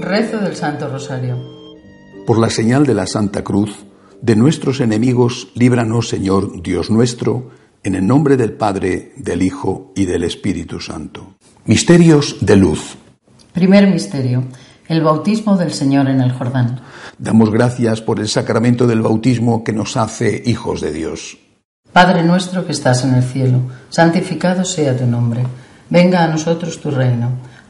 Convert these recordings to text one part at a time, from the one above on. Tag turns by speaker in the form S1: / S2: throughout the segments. S1: rezo del Santo Rosario.
S2: Por la señal de la Santa Cruz, de nuestros enemigos, líbranos, Señor, Dios nuestro, en el nombre del Padre, del Hijo y del Espíritu Santo. Misterios de luz.
S1: Primer misterio. El bautismo del Señor en el Jordán.
S2: Damos gracias por el sacramento del bautismo que nos hace hijos de Dios.
S1: Padre nuestro que estás en el cielo, santificado sea tu nombre. Venga a nosotros tu reino.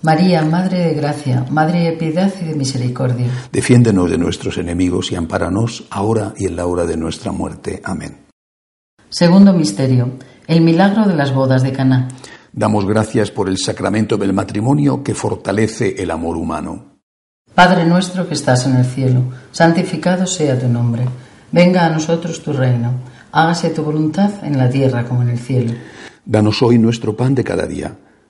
S1: María, Madre de Gracia, Madre de Piedad y de Misericordia.
S2: Defiéndenos de nuestros enemigos y ampáranos ahora y en la hora de nuestra muerte. Amén.
S1: Segundo misterio, el milagro de las bodas de Caná.
S2: Damos gracias por el sacramento del matrimonio que fortalece el amor humano.
S1: Padre nuestro que estás en el cielo, santificado sea tu nombre. Venga a nosotros tu reino. Hágase tu voluntad en la tierra como en el cielo.
S2: Danos hoy nuestro pan de cada día.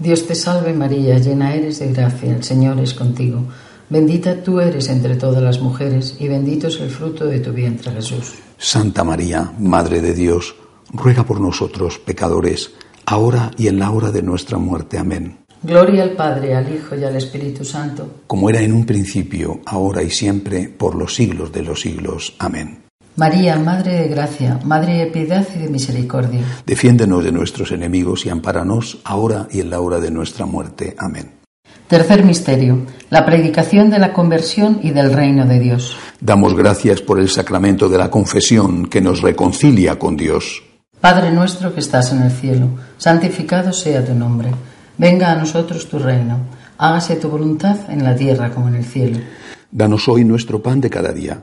S1: Dios te salve María, llena eres de gracia, el Señor es contigo. Bendita tú eres entre todas las mujeres, y bendito es el fruto de tu vientre, Jesús.
S2: Santa María, Madre de Dios, ruega por nosotros pecadores, ahora y en la hora de nuestra muerte. Amén.
S1: Gloria al Padre, al Hijo y al Espíritu Santo,
S2: Como era en un principio, ahora y siempre, por los siglos de los siglos. Amén.
S1: María, Madre de Gracia, Madre de Piedad y de Misericordia.
S2: Defiéndenos de nuestros enemigos y ampáranos ahora y en la hora de nuestra muerte. Amén.
S1: Tercer misterio, la predicación de la conversión y del reino de Dios.
S2: Damos gracias por el sacramento de la confesión que nos reconcilia con Dios.
S1: Padre nuestro que estás en el cielo, santificado sea tu nombre. Venga a nosotros tu reino. Hágase tu voluntad en la tierra como en el cielo.
S2: Danos hoy nuestro pan de cada día.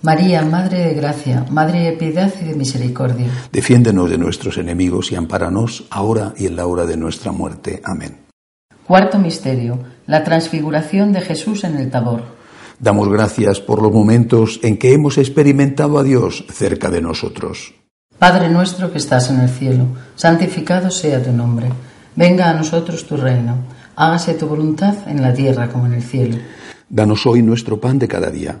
S1: María, Madre de Gracia, Madre de Piedad y de Misericordia.
S2: Defiéndenos de nuestros enemigos y ampáranos ahora y en la hora de nuestra muerte. Amén.
S1: Cuarto misterio, La transfiguración de Jesús en el Tabor.
S2: Damos gracias por los momentos en que hemos experimentado a Dios cerca de nosotros.
S1: Padre nuestro que estás en el cielo, santificado sea tu nombre. Venga a nosotros tu reino. Hágase tu voluntad en la tierra como en el cielo.
S2: Danos hoy nuestro pan de cada día.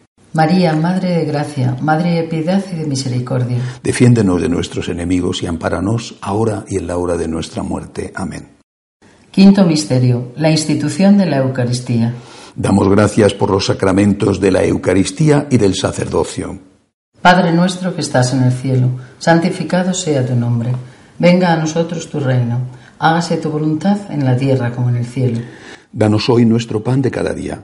S1: María, Madre de Gracia, Madre de Piedad y de Misericordia.
S2: Defiéndenos de nuestros enemigos y ampáranos ahora y en la hora de nuestra muerte. Amén.
S1: Quinto Misterio. La institución de la Eucaristía.
S2: Damos gracias por los sacramentos de la Eucaristía y del sacerdocio.
S1: Padre nuestro que estás en el cielo, santificado sea tu nombre. Venga a nosotros tu reino. Hágase tu voluntad en la tierra como en el cielo.
S2: Danos hoy nuestro pan de cada día.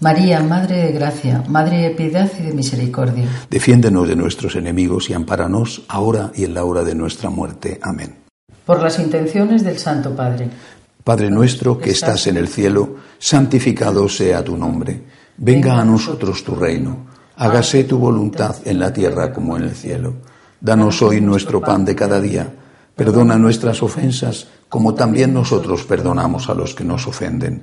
S1: María, Madre de Gracia, Madre de Piedad y de Misericordia.
S2: Defiéndenos de nuestros enemigos y ampáranos ahora y en la hora de nuestra muerte. Amén.
S1: Por las intenciones del Santo Padre.
S2: Padre nuestro que estás en el cielo, santificado sea tu nombre. Venga a nosotros tu reino. Hágase tu voluntad en la tierra como en el cielo. Danos hoy nuestro pan de cada día. Perdona nuestras ofensas como también nosotros perdonamos a los que nos ofenden.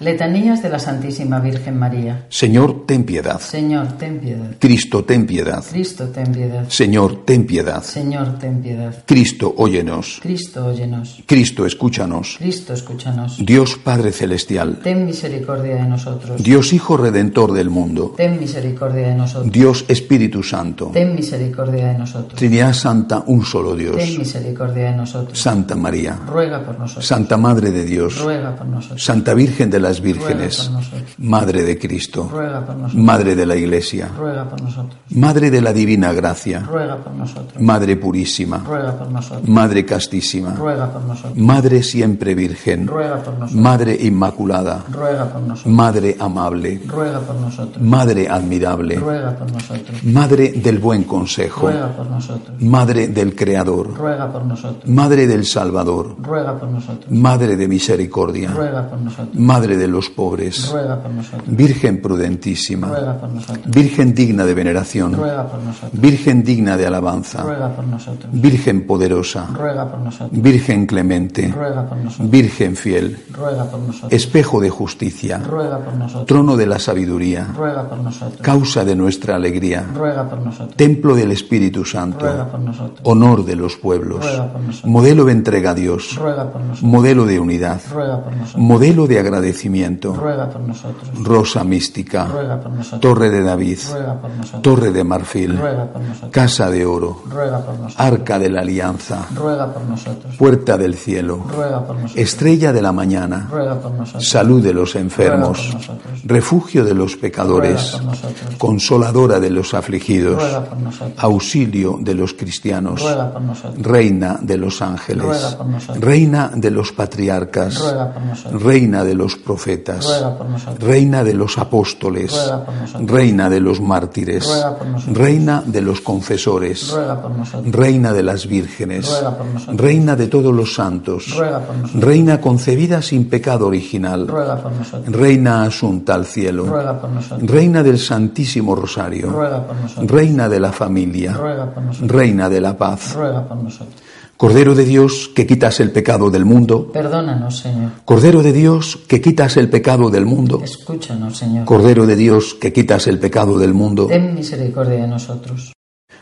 S1: Letanías de la Santísima Virgen María.
S2: Señor, ten piedad.
S1: Señor, ten piedad.
S2: Cristo, ten piedad.
S1: Cristo, ten piedad.
S2: Señor, ten piedad.
S1: Señor, ten piedad.
S2: Cristo, óyenos.
S1: Cristo, óyenos.
S2: Cristo, escúchanos.
S1: Cristo, escúchanos.
S2: Dios Padre Celestial.
S1: Ten misericordia de nosotros.
S2: Dios Hijo Redentor del mundo.
S1: Ten misericordia de nosotros.
S2: Dios Espíritu Santo.
S1: Ten misericordia de nosotros.
S2: Trinidad Santa, un solo
S1: Ten
S2: Dios.
S1: misericordia de nosotros.
S2: Santa María.
S1: Ruega por nosotros.
S2: Santa Madre de Dios.
S1: Ruega por nosotros.
S2: Santa Virgen de las
S1: Ruega
S2: Vírgenes.
S1: por nosotros.
S2: Madre de Cristo.
S1: Ruega por nosotros.
S2: Madre de la Iglesia.
S1: Ruega por nosotros.
S2: Madre de la Divina Gracia.
S1: Ruega por nosotros.
S2: Madre purísima.
S1: Ruega por nosotros.
S2: Madre castísima.
S1: Ruega por nosotros.
S2: Madre siempre virgen.
S1: Ruega por nosotros.
S2: Madre inmaculada.
S1: Ruega por nosotros.
S2: Madre amable.
S1: Ruega por nosotros.
S2: Madre admirable.
S1: Ruega por nosotros.
S2: Madre del buen consejo.
S1: Ruega por nosotros.
S2: Madre del Creador.
S1: Ruega por nosotros.
S2: Madre del Salvador.
S1: Ruega por nosotros.
S2: Madre de misericordia.
S1: Ruega por nosotros.
S2: Madre de los pobres.
S1: Ruega por nosotros.
S2: Virgen prudentísima.
S1: Ruega por nosotros.
S2: Virgen digna de veneración.
S1: Ruega por nosotros.
S2: Virgen digna de alabanza.
S1: Ruega por nosotros.
S2: Virgen poderosa.
S1: Ruega por nosotros.
S2: Virgen clemente.
S1: Ruega por nosotros.
S2: Virgen fiel.
S1: Ruega por nosotros.
S2: Espejo de justicia.
S1: Ruega por nosotros.
S2: Trono de la sabiduría.
S1: Ruega por nosotros.
S2: Causa de nuestra alegría.
S1: Ruega por nosotros.
S2: Templo del Espíritu Santo.
S1: Ruega por nosotros.
S2: honor de los pueblos,
S1: Ruega por nosotros.
S2: modelo de entrega a Dios,
S1: Ruega por nosotros.
S2: modelo de unidad,
S1: Ruega por nosotros.
S2: modelo de agradecimiento,
S1: Ruega por nosotros.
S2: rosa mística,
S1: Ruega por nosotros.
S2: torre de David,
S1: Ruega por nosotros.
S2: torre de marfil,
S1: Ruega por nosotros.
S2: casa de oro,
S1: Ruega por nosotros.
S2: arca de la alianza,
S1: Ruega por nosotros.
S2: puerta del cielo,
S1: Ruega por nosotros.
S2: estrella de la mañana,
S1: Ruega por nosotros.
S2: salud de los
S1: Ruega
S2: enfermos,
S1: por nosotros.
S2: refugio de los
S1: Ruega
S2: pecadores,
S1: por nosotros.
S2: consoladora de los afligidos,
S1: Ruega por nosotros.
S2: auxilio de los cristianos,
S1: Ruega por nosotros.
S2: reina de los ángeles,
S1: Ruega por nosotros.
S2: reina de los patriarcas,
S1: Ruega por nosotros.
S2: reina de los profetas,
S1: Ruega por nosotros.
S2: reina de los apóstoles,
S1: Ruega por nosotros.
S2: reina de los mártires,
S1: Ruega por nosotros.
S2: reina de los confesores,
S1: Ruega por nosotros.
S2: reina de las vírgenes,
S1: Ruega por nosotros.
S2: reina de todos los santos,
S1: Ruega por nosotros.
S2: reina concebida sin pecado original,
S1: Ruega por nosotros.
S2: reina asunta al cielo,
S1: Ruega por nosotros.
S2: reina del Santísimo Rosario,
S1: Ruega por nosotros.
S2: reina de la familia,
S1: Ruega por nosotros.
S2: reina de la paz.
S1: Ruega por nosotros.
S2: Cordero de Dios, que quitas el pecado del mundo.
S1: Perdónanos, Señor.
S2: Cordero de Dios, que quitas el pecado del mundo.
S1: Escúchanos, Señor.
S2: Cordero de Dios, que quitas el pecado del mundo.
S1: Ten misericordia de nosotros,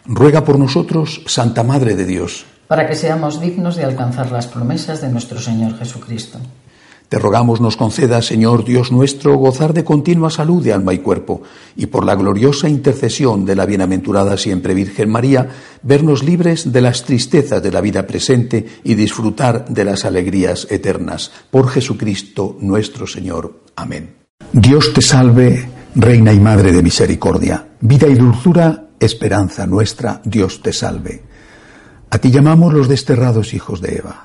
S2: Ruega por nosotros, Santa Madre de Dios.
S1: para que seamos dignos de alcanzar las promesas de nuestro Señor Jesucristo.
S2: Te rogamos nos conceda, Señor Dios nuestro, gozar de continua salud de alma y cuerpo, y por la gloriosa intercesión de la bienaventurada siempre Virgen María, vernos libres de las tristezas de la vida presente y disfrutar de las alegrías eternas. Por Jesucristo nuestro Señor. Amén. Dios te salve, Reina y Madre de Misericordia, vida y dulzura, esperanza nuestra, Dios te salve. A ti llamamos los desterrados hijos de Eva.